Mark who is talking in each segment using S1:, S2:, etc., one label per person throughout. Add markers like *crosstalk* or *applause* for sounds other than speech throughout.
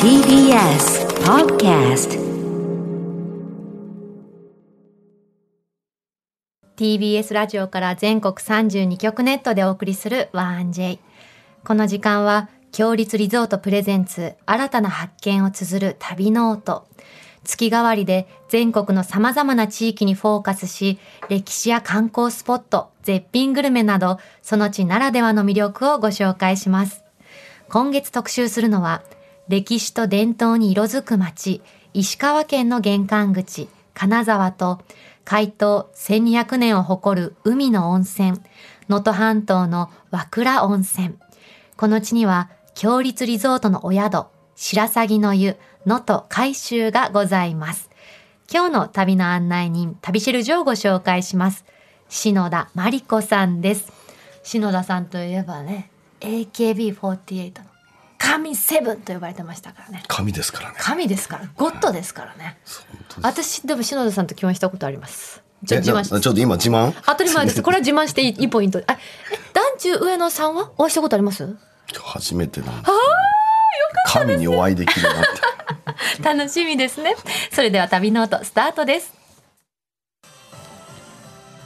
S1: TBS Podcast
S2: TBS ラジオから全国32局ネットでお送りする「ワン j この時間は「強立リゾートプレゼンツ新たな発見」を綴る旅ノート月替わりで全国のさまざまな地域にフォーカスし歴史や観光スポット絶品グルメなどその地ならではの魅力をご紹介します今月特集するのは歴史と伝統に色づく町石川県の玄関口金沢と開湯1200年を誇る海の温泉能登半島の和倉温泉この地には強立リゾートのお宿白鷺の湯能登海舟がございます今日の旅の案内人旅シェルジョをご紹介します篠田真理子さんです篠田さんといえばね AKB48 の神セブンと呼ばれてましたからね
S3: 神ですからね。
S2: 神ですからゴッドですからね
S3: そう本当です
S2: 私でも篠田さんと共演したことありますちょ
S3: え
S2: 自慢
S3: な
S2: し
S3: ちょっと今自慢
S2: 当たり前ですこれは自慢していいいいポイントあえ団中上野さんはお会いしたことあります
S3: 初めてなんです、神にお会いできるなって。
S2: 楽しみですねそれでは旅ノートスタートです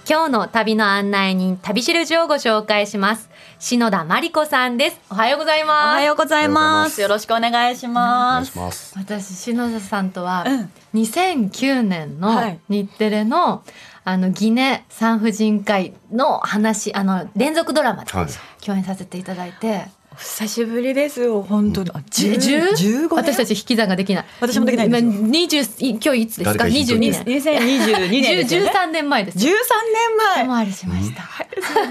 S2: 今日の旅の案内人旅しるじをご紹介します篠田真理子さんですおはようございます
S4: おはようございま
S3: おは
S4: す。よ
S3: よ
S4: ろしくお願いし
S3: お願
S4: ま
S3: いし
S4: す。
S3: ます。
S2: 私篠田さんとは
S4: うん
S2: 2009年の
S4: はい
S2: 日テレの,、あのギネ産婦人科医の話あの連続ドラマで
S3: はい
S2: 共演させていただいて、
S4: お久しぶりですよ、本当に。あ、
S2: じゅ十
S4: 15
S2: 私た
S4: 年。
S2: ち引き算ができない
S4: 私もできないんですよ
S2: 今20い今日いつですか
S3: 誰か引いとい
S2: 22
S3: て
S2: 年
S4: 2022年ですよね。
S2: 13年前です
S4: 13
S2: お
S4: 年
S2: 回りしました、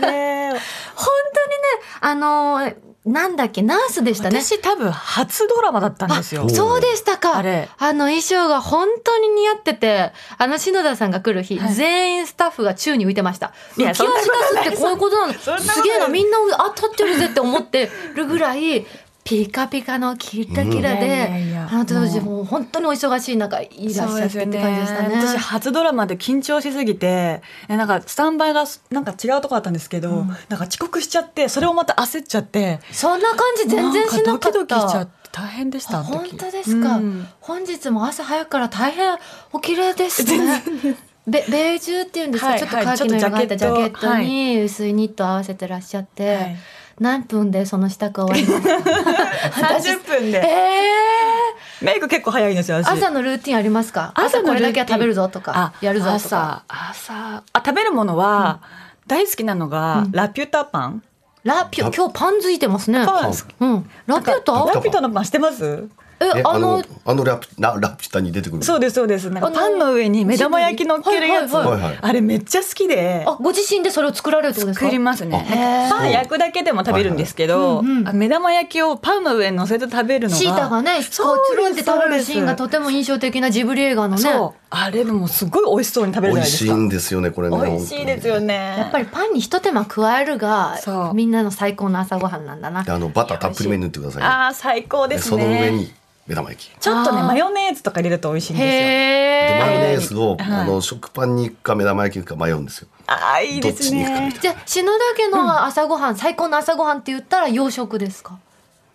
S4: 前。ね
S2: 本当にねあのーなんだっけナースでしたね
S4: *laughs* 私多分初ドラマだったんですよ
S3: あ。
S2: そうでしたか
S4: あれ
S2: あの衣装が本当に似合っててあの篠田さんが来る日、
S4: はい
S2: 全員スタッフが宙に浮いてました浮
S4: い
S2: き
S4: や
S2: 足立つってこういうことなの
S4: そんなことない
S2: すげえなみんなあ立ってるぜって思ってるぐらいピカピカのキラキラ
S4: うんいや
S2: で
S4: いやいや
S2: あの当時
S4: も
S2: もう本当にお忙しい中いらっしゃってって感じでしたね
S4: 私初ドラマで緊張しすぎてえなんかスタンバイがなんか違うとこだったんですけど、
S2: うん
S4: なんか遅刻しちゃってそれをまた焦っちゃって
S2: そんな感じ全然しなかった
S4: んドキドキしちゃって大変でした
S2: あ
S4: あの
S2: 本
S4: 時
S2: 当ですか、
S4: うん
S2: 本日も朝早くから大変お綺麗ですねベベージュっていうんですか、
S4: はい
S2: ちょっとカーキの色が入ったジ
S4: ちょっ
S2: ャ
S4: と
S2: ケッ
S4: ジャケット
S2: トに薄いニットを合わせてらっしゃって、
S4: はい
S2: 何分でその支度終わりますか *laughs*
S4: 30分
S2: え
S4: でメイク結構早いんですよ
S2: ー
S4: 私
S2: 朝のルーティンありますか朝
S4: 朝の
S2: こ
S4: ルー
S2: れ
S4: ティ
S2: だ
S4: ン
S2: けは食べるぞとかやるぞとか
S4: 朝朝あ食べるものは、大好きなのが、
S2: うん
S4: ラピュタパン
S2: ラピュ今日パン付いてますね
S4: パン
S2: うんラピュ
S3: なんか
S2: タ
S4: ラピュタのパンしてます
S2: え
S3: え
S2: あ
S3: あ
S2: の
S3: のあのラピララピュタに出てくる。
S4: そう
S3: で
S4: ですそうですなん
S2: あ
S4: か
S2: の
S4: パンの上に目玉焼き乗っけるやつ、
S2: はい
S3: はいはい
S4: あれめっちゃ好きで
S2: あご自身でそれを作られるってことですか
S4: 作りますね
S2: へー
S4: パン焼くだけでも食べるんですけど、
S2: はいはいうんうん
S4: あ目玉焼きをパンの上に乗せて食べるのが
S2: シータがねこうつるんって食べるシーンがとても印象的なジブリ映画のね
S4: そうあれでもすごい美味しそうに食べる
S3: 美
S4: じゃな
S3: 味し
S4: いです
S3: い
S4: か
S3: んですよねこれね。
S4: 美味しいですよ
S3: ね。
S4: ね
S2: やっぱりパンにひと手間加えるが
S4: そう
S2: みんなの最高の朝ごはんなんだな
S3: であのバターたっぷりめに塗ってくださいね。
S4: ああ最高で
S3: です
S4: ね
S3: その上に目玉焼き。
S4: ちょっと
S2: あ
S4: ね
S2: ー
S4: マヨネーズとか入れると美味しいんですよ
S2: へ
S3: で
S2: ー
S3: マヨネーズを
S4: はい
S3: あの食パンに行くか目玉焼きに行くか迷うんですよ。
S4: ああいいです
S3: どっちに行くかみ
S4: ね
S3: たい
S2: じゃあ篠田家の朝ごはん、最高の朝ごはんって言ったら洋食ですか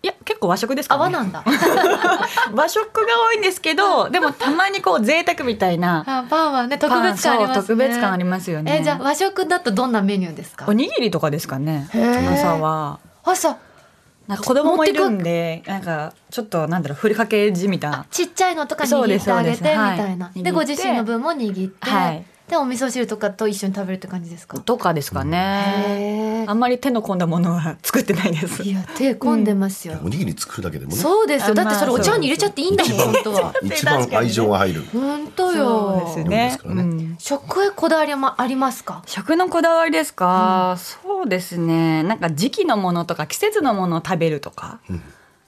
S4: いや結構和食ですか、
S2: あ
S4: ね、
S2: 和なんだ
S4: 和食が多いんですけどでもたまにこう贅沢みたいな
S2: *laughs* あパンはね特別感ありますね
S4: そう特別感ありますよね
S2: えじゃあ和食だとどんなメニューですか
S4: おにぎりとかですかね
S2: へー
S4: 朝は
S2: 朝
S4: なんか子供もいるんでなんかちょっとなんだろうふりかけ地みたいな
S2: ちっちゃいのとか
S4: そう
S2: 握
S4: で
S2: っ
S4: す
S2: てあげてみ
S4: そうですはい
S2: たいなで
S4: 握って
S2: ご自身の分も握って、
S4: はい
S2: でお味噌汁とかと一緒に食べるって感じですか
S4: とかですかね
S2: へ
S4: あんまり手の込んだものは作ってないです
S2: えいや手込んでますよ、
S3: な。おにぎり作るだけでもね。
S2: そうですよ。だってそれ
S4: ま
S2: お
S4: あ
S2: 茶に入れちゃっていいんだもん、本当は。
S3: 一番愛情が入る。
S2: 本当
S4: そう
S2: よ。
S4: です
S3: 料理で
S4: ね
S3: すからね
S4: うん
S2: 食へこだわりもありますか。
S4: 食のこだわりですか、そうですねなんか時期のものとか季節のものを食べるとか、
S3: うん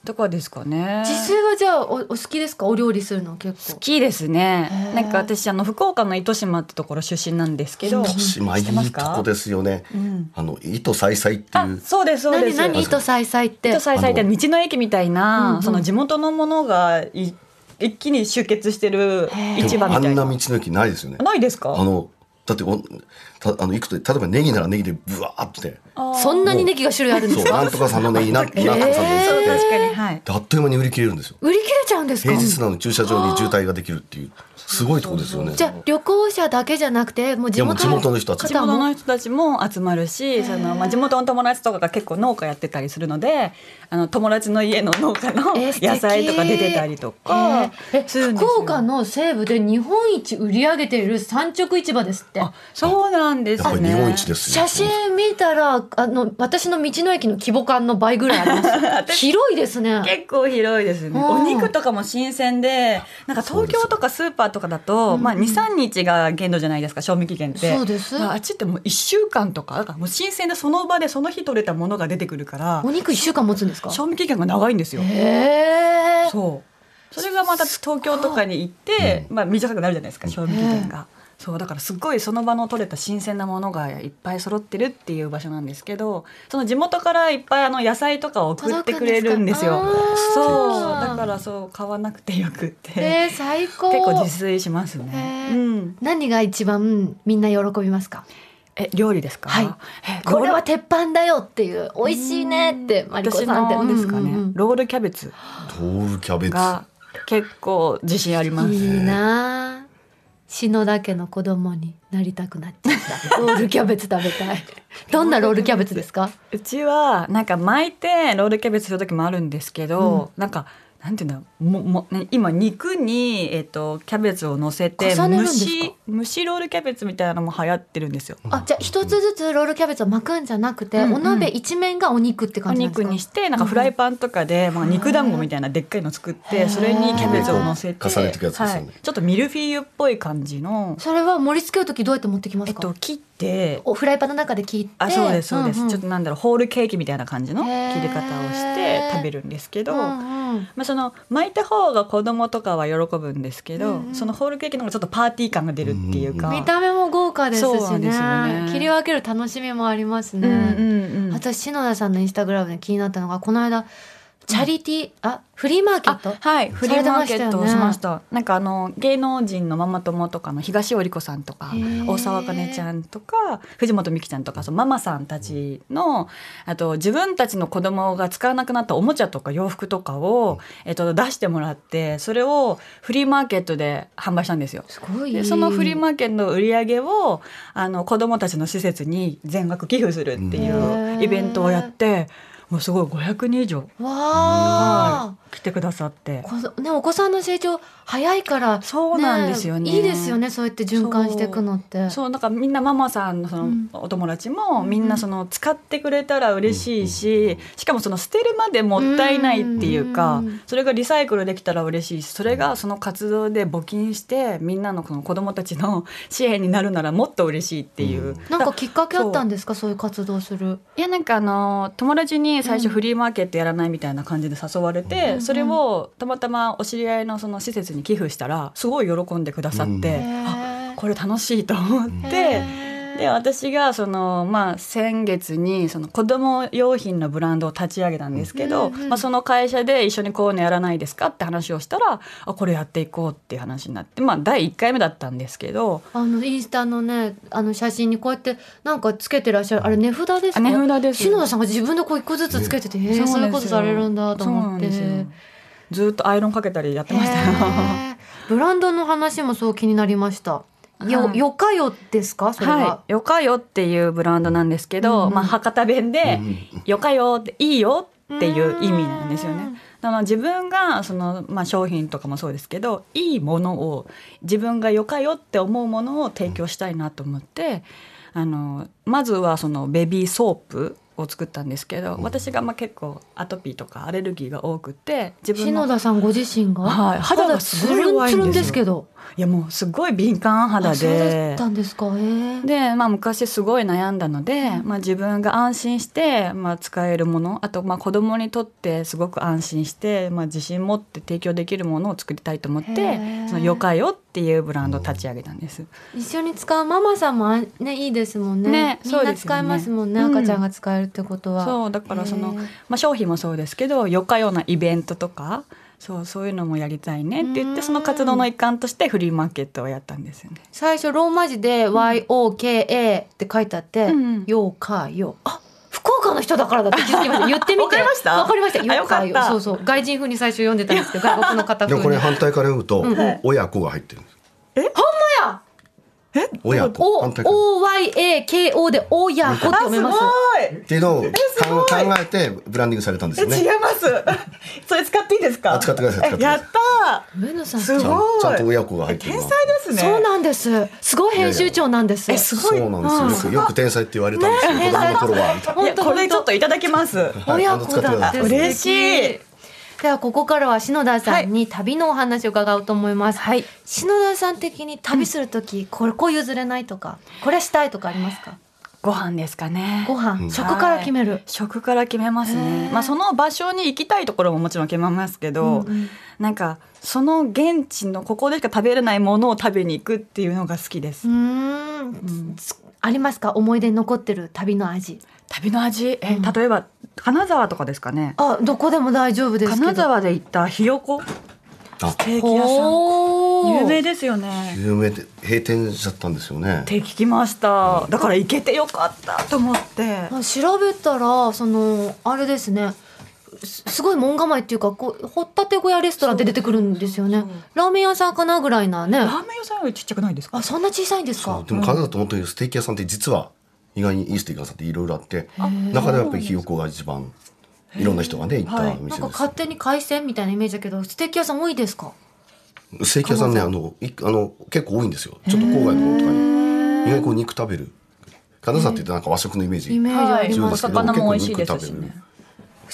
S4: とかですかね
S2: 自炊はじゃあおお好きですか。お料理するの結
S4: 好
S2: 構。
S4: きですね
S2: へー
S4: なんか私あの福岡の糸島ってところ出身なんですけど、
S3: 糸島い
S4: 知ってま
S3: い
S4: す
S3: と
S4: か
S3: こですよね。
S4: うん、
S3: あの糸さいさいってい
S4: あ
S3: う。
S4: そうですそうで
S2: 何
S4: す
S2: 何とさいさいって
S4: 糸。さいさいって
S3: あの
S4: 道の駅みたいな、
S2: うんうん
S4: その地元のものがい一気に集結してる
S2: へー
S4: 市場み
S3: あ
S4: たい
S3: んな
S4: な
S3: 道の駅ないですよね。
S4: ないですか
S3: あのだっておだたあのいくつ例えばネギならネギでブワーって
S2: そんなにネギが種類あるんで
S3: そう
S2: すか
S3: なんとかさんのネギなんなんとかさんのネギって、
S4: 確かにはい
S3: であっという間に売り切れるんですよ
S2: 売り切れちゃうんですか
S3: 平日なのに駐車場に渋滞ができるっていうすごいとこですよね
S2: じゃあ旅行者だけじゃなくてもう地元
S3: いやもう地元の人たち
S4: 地元
S2: も
S4: の人たちも集まるしその、まあ、地元の友達とかが結構農家やってたりするのであの友達の家の農家の
S2: えー素敵
S4: 野菜とか出てたりとか
S2: えーえ
S4: するんですよ
S2: 福岡の西部で日本一売り上げている産直市場ですって
S4: あそうなんです
S3: やっぱり
S4: ね
S3: 日本一ですよ
S2: 写真見たらあの私の道の駅の規模感の倍ぐらい
S4: *laughs*
S2: あります広いですね
S4: 結構広いですね、
S2: うん
S4: お肉とかも新鮮でなんか東京とかスーパーとかだと、まあ、23日が限度じゃないですか賞味期限って
S2: そうです
S4: あっちってもう1週間とかだからもう新鮮でその場でその日取れたものが出てくるから
S2: お肉1週間持つんですか
S4: 賞味期限が長いんですよ、
S2: へえ
S4: そうそれがまた東京とかに行って、まあ、短くなるじゃないですか賞味期限が。そうだからすっごいその場の取れた新鮮なものがいっぱい揃ってるっていう場所なんですけどその地元からいっぱいあの野菜とかを送ってくれるんですよ
S2: 届くんですか
S4: そう
S2: あー
S4: だからそう買わなくてよくって、
S2: えー、最高
S4: 結構自炊しますね、
S2: へー
S4: うん、
S2: 何が一番みんな喜びますか
S4: え料理ですか、
S2: はい
S4: え
S2: これは鉄板だよっていう美味しいねってマリコ
S4: 私
S2: さんって
S4: のですかね、
S2: うんうんうん
S4: ロールキャベツ
S3: ロールキャベツ
S4: が結構自信あります
S2: いいなあ篠田家の子供になりたくなっちゃっ
S4: *laughs*
S2: たロールキャベツ食べたいどんなロールキャベツですか
S4: うちはなんか巻いてロールキャベツする時もあるんですけど、なんかなんていうんだろうももね今肉に、えっとキャベツを乗せて
S2: 重ねるん
S4: 蒸
S2: ですか
S4: し蒸しロールキャベツみたいなのも流行ってるんですよ。
S2: あじゃあ一つずつロールキャベツを巻くんじゃなくて、
S4: うんうん
S2: お鍋一面がお肉って
S4: お
S2: 感じなんです
S4: 肉
S2: か
S4: にしてなんかフライパンとかで、まあ、肉団子みたいなでっかいの作っ
S2: へー
S4: てそれにキャベツを乗せて
S3: 重ねていくやつですよね。
S4: はい、ちょっとミルフィーユっぽい感じの、
S2: それは盛り付ける時どうやって持ってきま
S4: え
S2: す
S4: っ
S2: か、
S4: と、切って
S2: おフライパンの中で切って
S4: あそうですそうです、
S2: んん
S4: ちょっとなんだろうホールケーキみたいな感じの
S2: へ
S4: 切
S2: ー
S4: り方をして食べるんですけど。
S2: うんうん
S4: まあ、その巻いた方が子供とかは喜ぶんですけど、
S2: うんうん
S4: そのホールケーキの方がちょっとパーティー感が出るっていうか、
S2: 見た目も豪華ですし
S4: そ
S2: ね
S4: うなんですよね
S2: 切り分ける楽しみもあります
S4: う
S2: ね、
S4: んうんうん、
S2: 私篠田さんのインスタグラムで気になったのがこの間チャリティー、あフリーマーケット
S4: あはいフリーマーケットをし
S2: されてま
S4: ま
S2: し
S4: したたなんかあの芸能人のママ友とかの東織子さんとか
S2: へー
S4: 大沢あかねちゃんとか藤本美貴ちゃんとかそのママさんたちのあと自分たちの子供が使わなくなったおもちゃとか洋服とかを、えっと、出してもらってそれをフリーマーケットで販売したんですよ。
S2: すごい
S4: でそのフリーマーケットの売り上げをあの子どもたちの施設に全額寄付するってい
S2: うん
S4: うイベントをやってもうすごい500人以上
S2: わあ、
S4: 来てくださって
S2: このねお子さんの成長早いから
S4: そうなんですよね
S2: いいですよねそうやって循環していくのって
S4: そうなんかみんなママさんのその
S2: うん
S4: お友達もみんなその使ってくれたら嬉しいししかもその捨てるまでもったいないっていう
S2: う
S4: か
S2: ん
S4: それがリサイクルできたら嬉しいしそれがその活動で募金してみんなのこの子どもたちの支援になるならもっと嬉しいっていううん
S2: なんかきっかけあったんですかそういう活動する
S4: いやなんかあの友達に
S2: う
S4: 最初
S2: ん
S4: フリーマーケットやらないみたいな感じで誘われて、
S2: うん
S4: それをたまたまお知り合いのその施設に寄付したらすごい喜んでくださって、
S2: うん
S4: あこれ楽しいと思って。
S2: へー
S4: で私がその、まあ、先月にその子供用品のブランドを立ち上げたんですけど、
S2: うんうん
S4: まあ、その会社で一緒にこういうのやらないですかって話をしたらあこれやっていこうっていう話になって、まあ、第1回目だったんですけど
S2: あのインスタのねあの写真にこうやってなんかつけてらっしゃるあれ値札ですか
S4: あ値札です
S2: 篠田さんが自分でこう一個ずつつけてて、へーそういうことされるんだと思って
S4: そうなんですよずっとアイロンかけたりやってましたよ。
S2: へーブランドの話もそう気になりましたよ、
S4: はい
S2: よかよですかそれは、
S4: はい、よかよっていうブランドなんですけ
S2: う
S4: ど、
S2: んうん
S4: まあ、博多弁で
S3: うん
S4: 「よかよ」って「いいよ」っていう意味なんですよね。だから自分がその、まあ、商品とかもそうですけどいいものを自分がよかよって思うものを提供したいなと思ってあのまずはそのベビーソープを作ったんですけど私がまあ結構アトピーとかアレルギーが多くて自分
S2: 篠
S4: の
S2: 田さんご自身が、
S4: はい肌がすごい弱い
S2: つるんつるん
S4: ん
S2: で
S4: ですす
S2: け
S4: けど
S2: ど
S4: いやもうすごい敏感肌
S2: あ
S4: で
S2: そうだったんですかへー
S4: で、まあ、昔すごい悩んだので、まあ、自分が安心して、まあ、使えるものあとまあ子供にとってすごく安心して、まあ、自信持って提供できるものを作りたいと思っ
S2: へ
S4: て
S2: ー
S4: そのよかよっていうブランドを立ち上げたんです。
S2: 一緒に使うママさんもあねいいですもんね
S4: ね
S2: み
S4: そ
S2: ん
S4: う
S2: な
S4: ですよね
S2: 使えますもんね
S4: うん
S2: 赤ちゃんが使えるってことは、
S4: そうだからその、
S2: へー
S4: まあ、商品もそうですけどよかようなイベントとかそうそういうのもやりたいねって言ってその活動の一環としてフリーマーケットをやったんですよね。
S2: 最初ローマ字で YOKA って書いてあって
S4: うんうん
S2: 「ようかよ」あ福岡の人だからだって気づきました言ってみて
S4: *laughs* わかりました
S2: *laughs* わかりました
S4: あ
S2: よ
S4: よか
S2: か
S4: った
S2: よそうそう外人風に最初読んでたんですけど外国の方
S3: で
S2: 風
S3: もこれ
S2: に
S3: 反対から読むと
S2: うんうん
S3: 親子が入ってるんです親子
S2: お
S3: 反対から
S2: OYAKO で「おやこ」って読めます
S4: い
S3: っていうのを考
S4: すごい
S3: 考えてブランディングされたんですよね
S4: います *laughs* それ使っていいです
S3: あ使ってください使ってください
S4: た
S2: 上野さん
S4: す
S3: ちゃん
S4: ごい
S3: ちゃんと親子が入ってるな
S4: です
S2: そうなんですすごい編集長なんです
S4: す
S3: そうなんですよよくよく天才って言われたんですよ、子供の頃はみたい
S4: い
S2: 本
S4: や
S2: 当
S4: これちょっといただきます。
S3: な、はい、
S2: 親
S3: あの
S2: 子
S3: 使ってく
S2: だ
S3: だ
S2: って
S3: さい
S4: 嬉しい
S2: ではここからは篠田さんに旅のお話を伺おうと思います、
S4: はい
S2: 篠田さん的に旅する時、これこう譲れないとかこれしたいとかありますか
S4: ご飯ですかね。
S2: ご飯、
S3: うん
S2: 食から決める、
S4: 食から決めますね。まあその場所に行きたいところももちろん決めますけど、
S2: うんうん
S4: なんかその現地のここでしか食べれないものを食べに行くっていうのが好きです。
S2: うーん
S4: うん
S2: ありますか思い出に残ってる旅の味
S4: 旅の味、え、
S2: うん
S4: 例えば金沢とかですかね。
S2: あどこでも大丈夫ですけど
S4: 金沢で行ったひよこ
S3: あ
S4: ステーキ屋さん有名
S2: で
S4: ですよね。
S3: 有名で閉店しちゃったんですよね
S4: って聞きました。だから行けてよかったと思って。
S2: 調べたらそのあれですねすすごい門構えっていうかこう掘ったて小屋レストランって出てくるんですよね
S4: そうそうそう
S2: ラーメン屋さんかなぐらいなね
S4: ラーメン屋さんよりちっちゃくないですか
S2: あ。そんな小さいんですか
S3: そうでも金沢って本当にステーキ屋さんって実は意外にいいステーキ屋さんっていろいろあって中ではやっぱりひよこが一番いろんな人がね行った
S4: はい
S3: お
S2: なん
S3: 店
S2: か
S3: です、
S2: 勝手に海鮮みたいなイメージだけどステーキ屋さん多いですか
S3: ステーキ屋さんねあのいあの結構多いんですよちょっと郊外の方とかに意外にこう肉食べる金沢って言ってなんか和食のイメージ
S2: イメージあ
S4: ー
S2: り
S3: 強い
S2: ま、
S3: ですすけど
S4: はいお魚
S3: 結
S4: も
S3: 構
S4: 美味しい
S3: 肉
S4: ですし
S3: 食
S4: ね
S3: べる
S2: し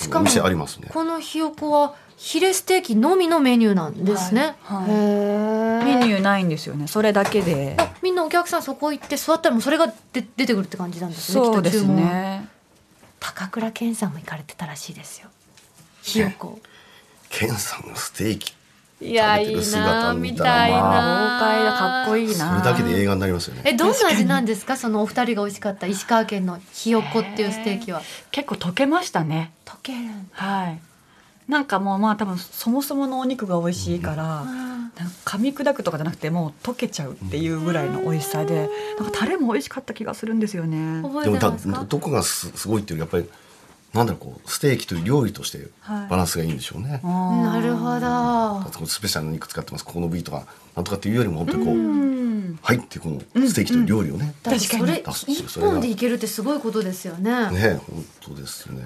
S3: お
S2: かも
S3: 店ありますね
S2: このひよこはヒレステーキのみのメニューなんですね、
S4: はいはい
S2: へ
S4: メニ
S2: ュー
S4: ューないんですよね。それだけで。
S2: みんなお客さんそこ行って座ったらもうそれがで出てくるって感じなんですね
S4: そうです
S2: きっと注文
S4: ね。
S2: 高倉健さんも行かれてたらしいですよひよこ
S3: ケンさんのステーキ
S2: い
S3: や食べてる姿見たらいいなみたいな
S4: 豪快だかっこいい
S3: そ
S4: な。
S3: れだけで映画になりますよね
S2: えどんな味なんですかそのお二人が美味しかった石川県のひよこっていうステーキは
S4: 結構溶けましたね。
S2: 溶けるん
S4: はい。なんかもうまあ多分そもそものお肉が美味しいから、
S2: だ
S4: なんか噛み砕くとかじゃなくてもう溶けちゃうっていうぐらいの美味しさで、なんかタレも美味しかった気がするんですよね。
S2: 覚
S3: で
S2: え
S3: も
S2: て
S3: だ
S2: ますか
S3: どこがすすごいっていうよりやっぱりなんだろうこうステーキという料理として
S4: はい
S3: バランスがいいんでしょうね、
S2: なるほど
S3: だってこうスペシャルな肉使ってますここの部位とかなんとかっていうよりも本当にこう、
S4: うん。
S3: 入ってこのステーキという料理をね、
S2: だってそれ
S3: 確かに
S2: 一本でいけるってすごいことですよね。
S3: ね本当ですね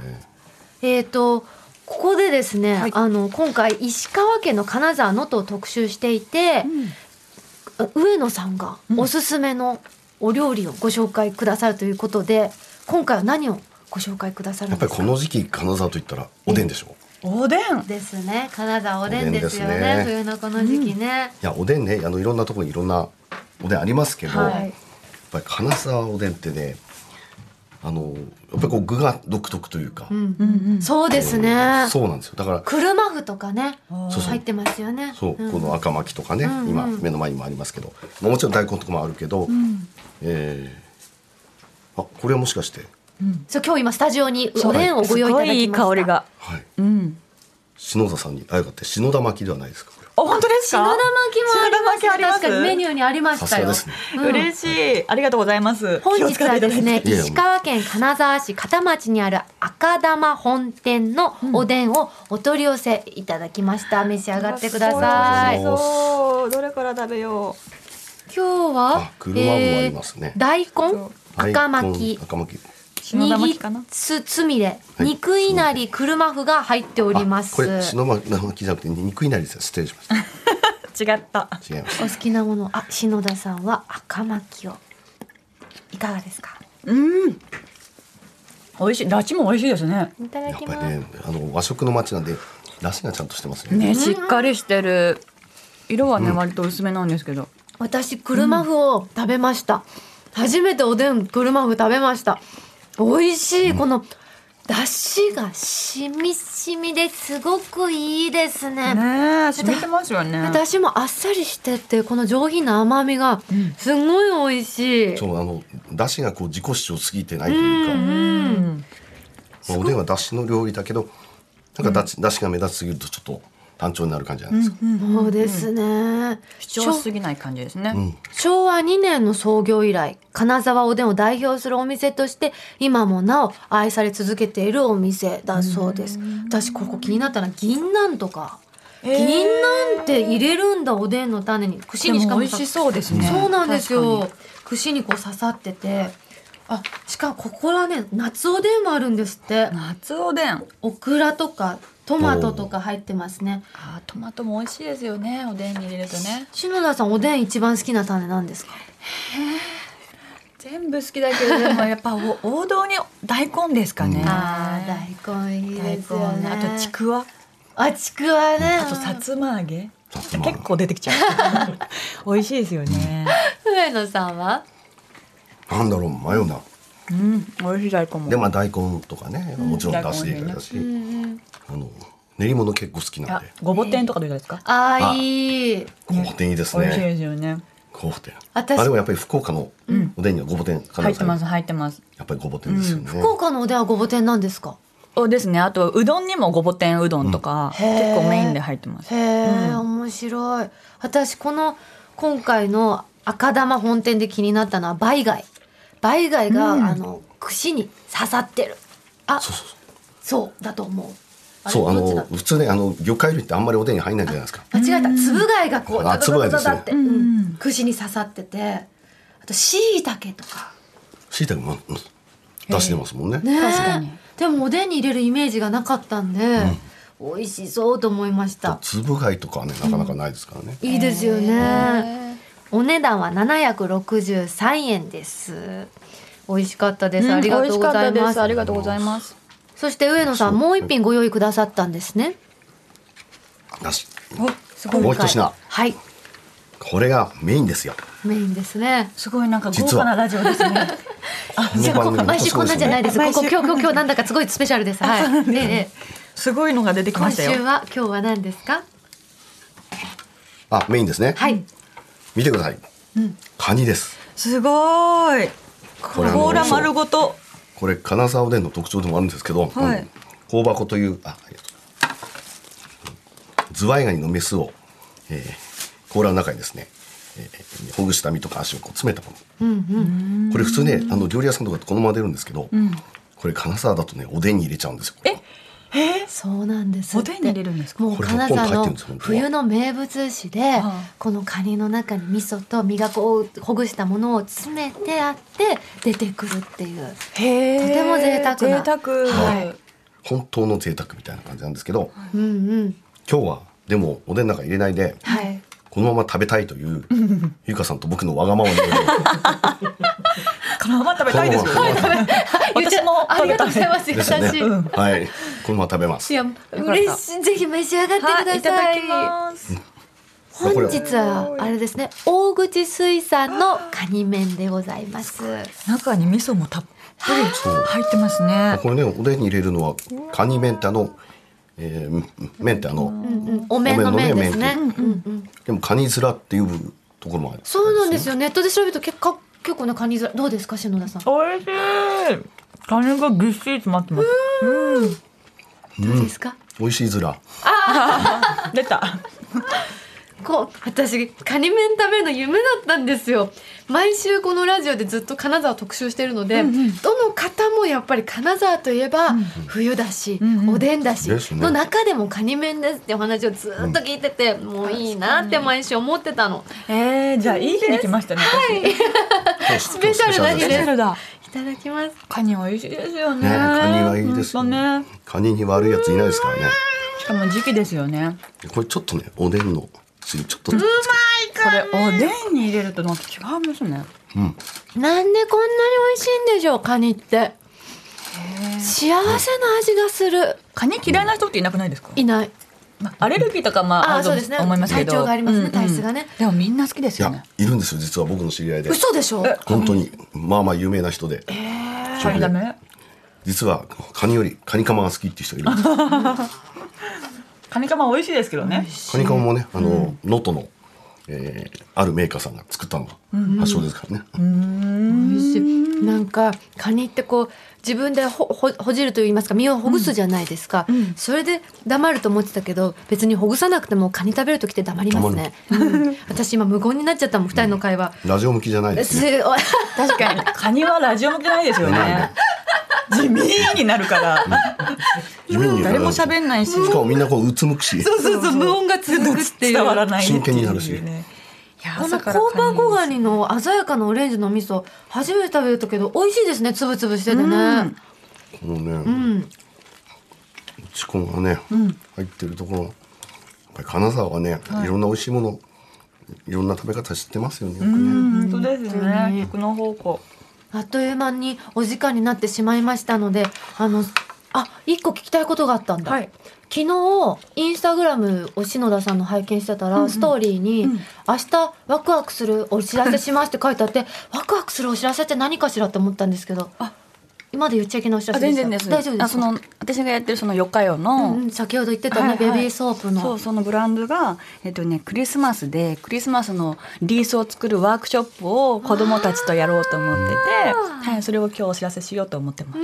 S2: えっ、とここでですね、
S4: はい
S2: あの今回石川県の金沢能登を特集していて、上野さんがおすすめのお料理をご紹介くださるということで、今回は何をご紹介くださる
S3: や
S2: ん
S3: っぱ
S2: で
S3: り
S2: す
S3: こ
S2: か。
S3: の時期金沢といったらおでんでしょう、
S4: おでん。
S2: ですね金沢おでんですよね
S3: おでんですね
S2: 冬のこの時期ね。
S3: いやおでんねあのいろんなところにいろんなおでんありますけど、
S4: はい
S3: やっぱり金沢おでんってねあのやっぱりこう具が独特というか、
S2: うん
S4: うんうん。
S2: そうですね。
S3: そうなんですよだから
S2: 車麩とかね
S4: そう
S3: そう
S2: 入ってますよね。
S3: そう、
S2: ん
S3: この赤巻きとかね、
S2: うんうん
S3: 今目の前にもありますけどまあもちろん大根とかもあるけど、えーあこれはもしかして
S2: そう今日今スタジオにおでんをご用意いただきました。
S4: すごいいい香りが。
S3: はい
S4: うん。
S3: 篠田さんにあやかって篠田巻きではないですかこれ
S4: あ本当です
S2: 白
S4: か。
S2: 玉巻きもあります,、ね、
S4: 白玉巻きあります
S2: 確かにメニューにありま
S3: さ
S2: し
S3: す
S2: た
S3: が
S2: よ、
S3: ですね
S2: うん
S4: 嬉しい。ありがとうございます。
S2: 本
S4: 気を
S2: 日
S4: 使っ
S2: は
S4: ていた
S2: で
S4: だ
S2: す
S4: いて
S2: ね
S3: いやいや
S2: 石川県金沢市片町にある赤玉本店のおでんをお取り寄せいただきました召し上がってください、
S3: うん
S4: そうどれから食べよ
S2: 今日は
S3: あ車麩もありますね
S2: えー大根
S3: 大根
S2: 赤巻き
S3: 赤巻き
S4: う。篠田
S2: に
S4: 巻
S2: ぎ
S4: きかな。
S2: すつみれ、
S3: い
S2: 肉いなり車麩が入っておりま
S3: あ
S2: す
S3: これ篠田巻きじゃなくて肉になりですよ失礼しました
S4: 違った。
S3: 違いまし
S2: お好きなものあ篠田さんは赤巻きをいかがですか
S4: うん。美味しい。だちも美味しいですね。
S2: いた
S3: た
S2: だ
S3: やっ
S2: き
S3: ぱ
S2: ます、
S3: りねあの和食の街なんで出汁がちゃんとしてますね
S4: ね、しっかりしてる。色はね、割と薄めなんですけど。
S2: 私車麩を食べました、初めておでん車麩食べました美味しい、この出汁がしみしみですごくいいですね
S4: ねえ、染みてますよね。
S2: 出汁もあっさりしててこの上品な甘みがすごい美味しい、
S3: そうあの出汁がこう自己主張すぎてないというか、ま
S4: うん。
S3: あ、おでんは出汁の料理だけどなんかだし、出汁が目立ちすぎるとちょっと単調になる感じじゃないですか。
S2: そうですね。
S4: 主張しすぎない感じですね、
S3: うん
S2: 昭和2年の創業以来、金沢おでんを代表するお店として、今もなお愛され続けているお店だそうです。私、ここ気になったのは、銀杏とか。銀杏って入れるんだ、おでんの種に。串にしか
S4: でも
S2: も
S4: 美味しそうですね
S2: そうなんです
S4: 確か
S2: よ
S4: に。
S2: 串にこう刺さってて。あ、しかもここはね、夏おでんもあるんですって。
S4: 夏おでん
S2: オクラとか、トマトとか入ってますね。
S4: あートマトも美味しいですよねおでんに入れるとね
S2: 篠田さん、おでん一番好きな種なんですか
S4: 全部好きだけどでもやっぱお *laughs* 王道に大根ですかね、
S2: あー大根いい
S4: 大
S2: ですよね。
S4: 根ねあとちくわ
S2: あちくわね。
S4: あとさつま揚げ
S3: さつま揚げ
S4: 結構出てきちゃう *laughs* 美味しいですよね
S2: 上野さんは
S3: なんだろう迷うな。
S4: うん美味しい大根も
S3: でまあ大根とかねもちろん出汁入れだし、あの練り物結構好きなん
S4: あ
S3: で。
S4: ごぼ天とかどうですか
S2: あ
S3: あ
S2: ーいい。
S3: ごぼ天いいです
S4: 美味しい
S3: ね。
S4: ですよね
S3: ごぼ天。あ
S2: 私
S3: でもやっぱり福岡のおでんにはごぼ天必ず
S4: 入ってま
S3: あ
S4: す
S3: る
S4: 入ってます
S3: やっぱりごぼ天ですよね。
S2: 福岡のおでんはごぼ天なんですか
S4: おですねあとうどんにもごぼ天うどんとか、
S2: うん
S4: 結構メインで入ってます
S2: へえ、面白い。私、この、今回の赤玉本店で気になったのは、梅貝。梅貝が、あの、串に刺さってる。あ、
S3: そう
S2: そう
S3: そうそう。
S2: だと思う。あれ
S3: そうあ
S2: どっちだ
S3: の普通ねあの魚介類ってあんまりおでんに入んないじゃないですか。
S2: 間違えた。つぶ貝がこう、ダダダダ
S3: あ
S2: ダ
S3: つぶ貝ですね
S2: って、
S4: ん
S2: うん串に刺さってて、あと、しいたけとか。
S3: 椎茸もうん出汁出ますもんね。
S2: ねえ
S4: 確かに
S2: でもおでんに入れるイメージがなかったんで、美味しそうと思いました
S3: 粒貝とかはねなかなかないですからね。
S2: いいですよねお値段は763円です美味しかったです、ありがとうござい
S4: 美味しかった
S2: ま
S4: ですすありがとうございます
S2: そして上野さんもう一品ご用意くださったんですね
S3: だし
S4: おす
S3: もう一品
S2: はい
S3: これがメインですよ。
S2: メインですね
S4: すごいなんか豪
S3: 実は
S4: 華なラジオです
S2: *laughs*
S4: ね
S3: この番組
S2: 毎週こんなんじゃないです
S4: 毎
S2: こ
S4: 週
S2: こ今日今日今日なんだかすごいスペシャルですはいええええ
S4: すごいのが出てきま
S2: 今
S4: した
S2: 週
S4: よ
S2: は今日は何ですか
S3: あメインですね。
S2: はい
S3: 見てください。カニです。
S4: すごーい
S3: こ
S4: こ
S3: れ
S4: れ
S3: あの
S4: 甲羅丸ごと
S3: これ金沢おでんの特徴でもあるんですけど、
S4: はい
S3: あの香箱というあありがとうズワイガニのメスを、えー、甲羅の中にですね、えーほぐした身とか足をこう詰めたもの、これ普通ねあの料理屋さんとかってこのまま出るんですけど、これ金沢だとねおでんに入れちゃうんですよ。え
S2: そうなんです
S4: お
S2: って
S4: でんに入れるんですか
S2: もう
S3: これ
S2: 金沢
S3: ポンと入ってる
S2: の
S3: んですよ
S2: 冬の名物酒で
S4: ああ
S2: このカニの中に味噌と身がこうほぐしたものを詰めてあって出てくるっていう
S4: へ
S2: とても贅沢な
S4: 贅沢
S2: は
S3: 本当の贅沢みたいな感じなんですけど、
S2: うんうん
S3: 今日はでもおでんの中入れないで
S2: はい
S3: このまま食べたいというゆかさんと僕のわがままに
S4: このまま食べたいですよ
S3: このまま食べたい
S4: 私も
S2: ありがとうございます優
S3: で
S2: し
S3: すよ
S2: い、
S3: ね。はい、このまま食べます
S2: い。や嬉しいぜひ召し上がってく
S4: は
S2: だ
S4: いいた
S2: さ
S4: だ
S2: い
S4: きます
S2: 本日はあれですね大口水産のカニ麺でございます
S4: 中に味噌もたっぷり入ってますね
S3: これねおでんに入れるのはカニ麺ってあの、えー、麺ってあの、
S2: うんうんお麺の麺ですね
S3: お
S2: うんうん
S3: 麺
S2: うん
S3: でもカニ面っていうところもある
S2: そうなんです
S3: よ
S2: よネットで調べると結構結構なカニ皿どうですか篠田さん
S4: 美味しいカニがぎっしり詰まってます
S2: どうですか、
S3: 美味しい面
S4: 出た
S2: こう私カニ麺食べるの夢だったんですよ毎週このラジオでずっと金沢特集してるので、どの方もやっぱり金沢といえば冬だし、
S4: んうん
S2: おでんだし、
S3: ですね
S2: の中でもカニ麺ですってお話をずっと聞いてて、もういいなって毎週思ってたの
S4: えー、じゃあいい日に来ましたね私
S3: ス
S2: ペシャルな日です
S4: スペシャルだ
S2: いただきます
S4: *laughs* カニ美味しいですよね
S3: ねカニはいいですよ
S4: 本当ね
S3: カニに悪いやついないですからね
S4: しかも時期ですよね
S3: これちょっとねおでんのつゆちょっとつけて
S4: これおでんに入れるとなんか違うんですね
S3: うん
S2: なんでこんなに美味しいんでしょうカニって幸せな味がする
S4: カニ嫌いな人っていなくないですか
S2: いない
S4: まあアレルギーとかま
S2: あー
S4: ああると
S2: そうですね
S4: 思いますけど
S2: 体調がありますね体質がね
S4: でもみんな好きです
S3: い
S4: よ
S3: や
S4: ね
S3: いるんですよ実は僕の知り合いで
S2: 嘘でしょ
S3: 本当にまあまあ有名な人で、
S4: カニダメ
S3: 実はカニよりカニカマが好きっていう人がいるんですよ
S4: カニカマ美味しいですけどね
S3: カニカマもねあの能登、のえーあるメーカーさんが作ったのが発祥ですからね、
S5: 美味しいなんかカニってこう自分でほほほじると言いますか身をほぐすじゃないですか、それで黙ると思ってたけど別にほぐさなくてもカニ食べる時って黙りますね、うん私今無言になっちゃったもん二人の会話、
S3: ラジオ向きじゃないです
S5: す
S3: ね
S5: ごい
S4: 確かに *laughs* カニはラジオ向けないですよね地味になるから
S3: 夢に
S4: 誰も喋んないし
S3: しかもみんなこううつむくし
S4: *laughs* そうそうそう
S5: 無音が続くっていう
S4: 伝わらないっていうね
S3: 真剣になるし
S4: いや
S5: この
S4: 朝
S5: 香
S4: からカニ
S5: 盤小ガニの鮮やかなオレンジの味噌初めて食べたけど美味しいですねつぶつぶしててね、
S4: うん
S3: もうね、
S5: うん
S3: チコがね、入ってるところやっぱり金沢はね、い、ろんな美味しいものいろんな食べ方知ってますよねよくね、
S4: うん本当ですね逆の方向
S5: あっという間にお時間になってしまいましたので、あの、あ、一個聞きたいことがあったんだ。
S4: はい
S5: 昨日、インスタグラムを篠田さんの拝見してたら、ストーリーに、明日ワクワクするお知らせしますって書いてあ
S4: *laughs*
S5: って、ワクワクするお知らせって何かしらって思ったんですけど、
S4: あ
S5: 今まで言っちゃいけないお知ら
S4: あ
S5: せでし
S4: 全
S5: た
S4: 然です
S5: 大丈夫で
S4: あ
S5: す
S4: そ
S5: か
S4: の私がやってるそのよかよの、
S5: うん、先ほど言ってたね、
S4: はいはい
S5: ベビーソープの。
S4: そうそのブランドが、えっとね、クリスマスでクリスマスのリースを作るワークショップを子どもたちとやろうと思ってて、はい、それを今日お知らせしようと思ってまし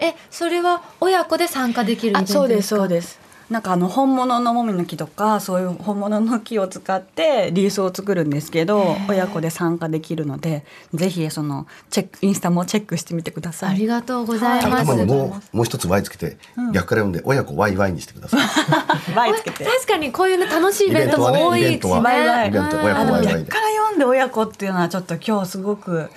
S5: え、それは親子で参加できるイ
S4: た
S5: ベントですか
S4: そうですなんかあの本物のもみの木とかそういう本物の木を使ってリースを作るんですけど親子で参加できるのでぜひそのチェックインスタもチェックしてみてくださ
S5: あり
S4: い。
S5: がとうございます。
S3: 頭にもうもう一つ Y つけて、逆から読んで親子ワイワイにしてください。
S4: バイつけて
S5: 確かにこういうね楽しいイベントも多い
S3: イ
S5: し
S3: ベ
S5: ね。
S3: ントはね
S4: イベントは
S3: ベントは
S4: イ
S3: 親子ワイワイ
S4: 逆から読んで親子っていうのはちょっと今日すごく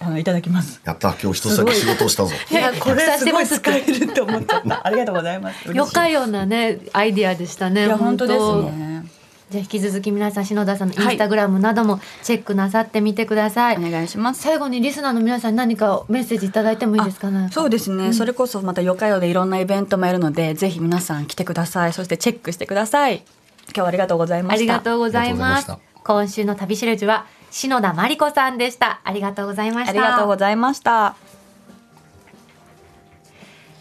S4: あのいただきます。
S3: やった今日一つだけ仕事をしたぞ。
S4: い *laughs* やこれすごい
S5: させ
S4: 使えるって思っちゃ *laughs* った。ありがとうございます。
S5: よか
S4: い。
S5: ようなねアイディアでしたね。
S4: いや本当ですね。
S5: じゃあ引き続き皆さん篠田さんのインスタグラムなどもチェックなさってみてください。
S4: お願いします。
S5: 最後にリスナーの皆さんに何かメッセージいただいてもいいですかね。
S4: そうですね、それこそまたよかよでいろんなイベントもやるのでぜひ皆さん来てくださいそしてチェックしてください今日はありがとうございま
S5: あ
S4: した
S5: りがとうございます
S3: ありがとうござい
S5: 今週の旅しるじは篠田真理子さんでした。ありがとうございました。
S4: ありがとうございました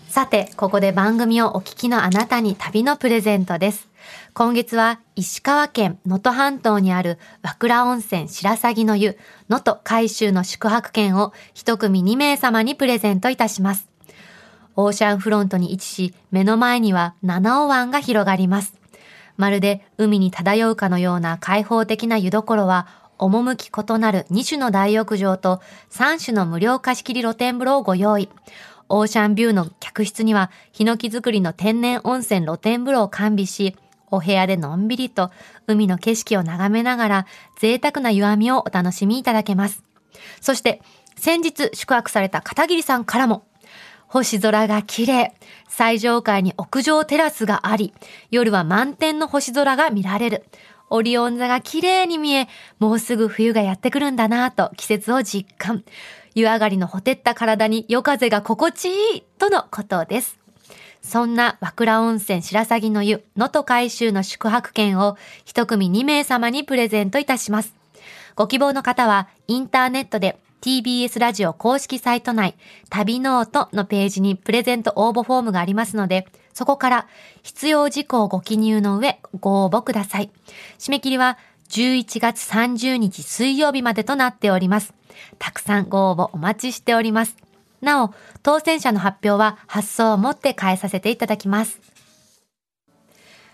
S2: さて、ここで番組をお聞きのあなたに旅のプレゼントです。今月は石川県能登半島にある和倉温泉白鷺の湯能登海州の宿泊券を一組2名様にプレゼントいたします。オーシャンフロントに位置し、目の前には七尾湾が広がります。まるで海に漂うかのような開放的な湯どころは、趣異なる2種の大浴場と3種の無料貸し切り露天風呂をご用意。オーシャンビューの客室には、ヒノキ作りの天然温泉露天風呂を完備し、お部屋でのんびりと海の景色を眺めながら、贅沢な湯あみをお楽しみいただけます。そして、先日宿泊された片桐さんからも、星空が綺麗。最上階に屋上テラスがあり、夜は満天の星空が見られる。オリオン座が綺麗に見え、もうすぐ冬がやってくるんだなぁと季節を実感。湯上がりのほてった体に夜風が心地いいとのことです。そんな和倉温泉白鷺の湯、能登海州の宿泊券を一組2名様にプレゼントいたします。ご希望の方は、インターネットで TBS ラジオ公式サイト内、旅ノートのページにプレゼント応募フォームがありますので、そこから必要事項をご記入の上、ご応募ください。締め切りは11月30日水曜日までとなっております。たくさんご応募お待ちしております。なお、当選者の発表は発送をもって変えさせていただきます。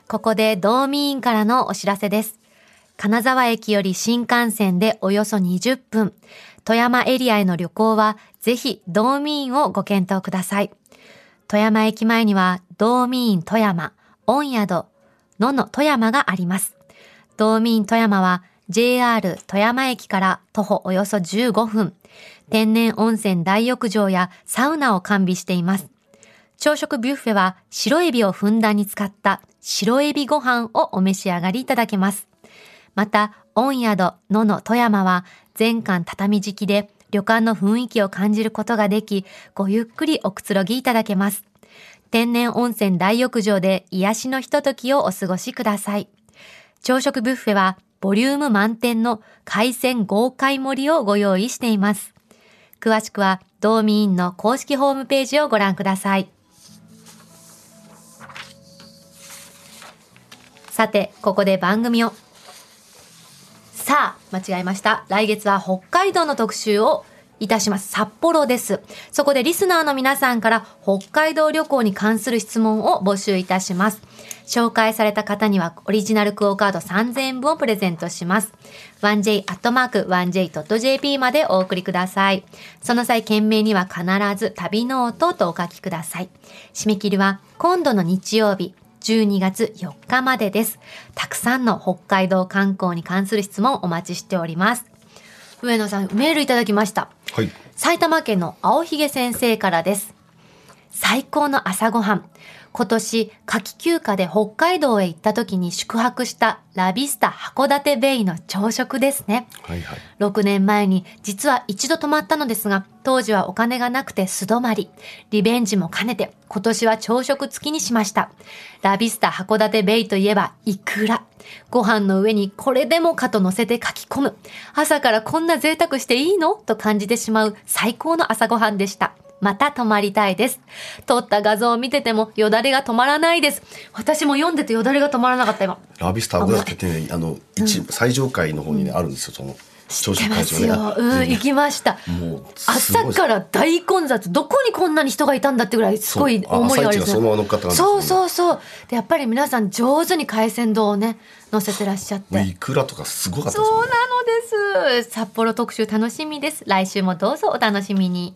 S2: ここで道民員からのお知らせです。金沢駅より新幹線でおよそ20分。富山エリアへの旅行は、ぜひ道民員をご検討ください。富山駅前には、道民員富山、御宿、野の富山があります。道民富山は JR 富山駅から徒歩およそ15分、天然温泉大浴場やサウナを完備しています。朝食ビュッフェは白エビをふんだんに使った白エビご飯をお召し上がりいただけます。また、御宿野の富山は全館畳敷きで旅館の雰囲気を感じることができ、ごゆっくりおくつろぎいただけます。天然温泉大浴場で癒しのひとときをお過ごしください。朝食ブッフェはボリューム満点の海鮮豪快盛りをご用意しています。詳しくは道民院の公式ホームページをご覧ください。さて、ここで番組を間違えました。来月は北海道の特集をいたします。札幌です。そこでリスナーの皆さんから北海道旅行に関する質問を募集いたします。紹介された方にはオリジナルクオカード3000円分をプレゼントします。1j.1j.jp までお送りください。その際、件名には必ず旅ノートとお書きください。締め切りは今度の日曜日、12月4日までです。たくさんの北海道観光に関する質問お待ちしております。上野さん、メールいただきました。
S3: はい
S2: 埼玉県の青ひげ先生からです。最高の朝ごはん。今年、夏季休暇で北海道へ行った時に宿泊したラビスタ函館ベイの朝食ですね。
S3: はいはい
S2: 6年前に実は一度泊まったのですが、当時はお金がなくて素泊まり。リベンジも兼ねて、今年は朝食付きにしました。ラビスタ函館ベイといえば、イクラ。ご飯の上にこれでもかと乗せて書き込む。朝からこんな贅沢していいのと感じてしまう最高の朝ごはんでした。また泊まりたいです。撮った画像を見ててもよだれが止まらないです。私も読んでてよだれが止まらなかった今。
S3: ラビスター函館ってねあの一部最上階の方にねあるんですよその
S2: 知
S3: 朝
S2: って
S3: 食
S2: ま
S3: 会場
S2: すよ。うん、行きました。
S3: もうすごい
S2: 朝から大混雑どこにこんなに人がいたんだってぐらいすごい
S3: そう
S2: 大盛りがあり
S3: 朝市がそのまま乗っかった感じです
S2: そう
S3: ね
S2: そうそうでやっぱり皆さん上手に海鮮丼をね乗せてらっしゃっ
S3: もう
S2: て
S3: いくらとかすごかったです
S2: そ
S3: も
S2: うん
S3: ね
S2: なのです札幌特集楽しみです来週もどうぞお楽しみに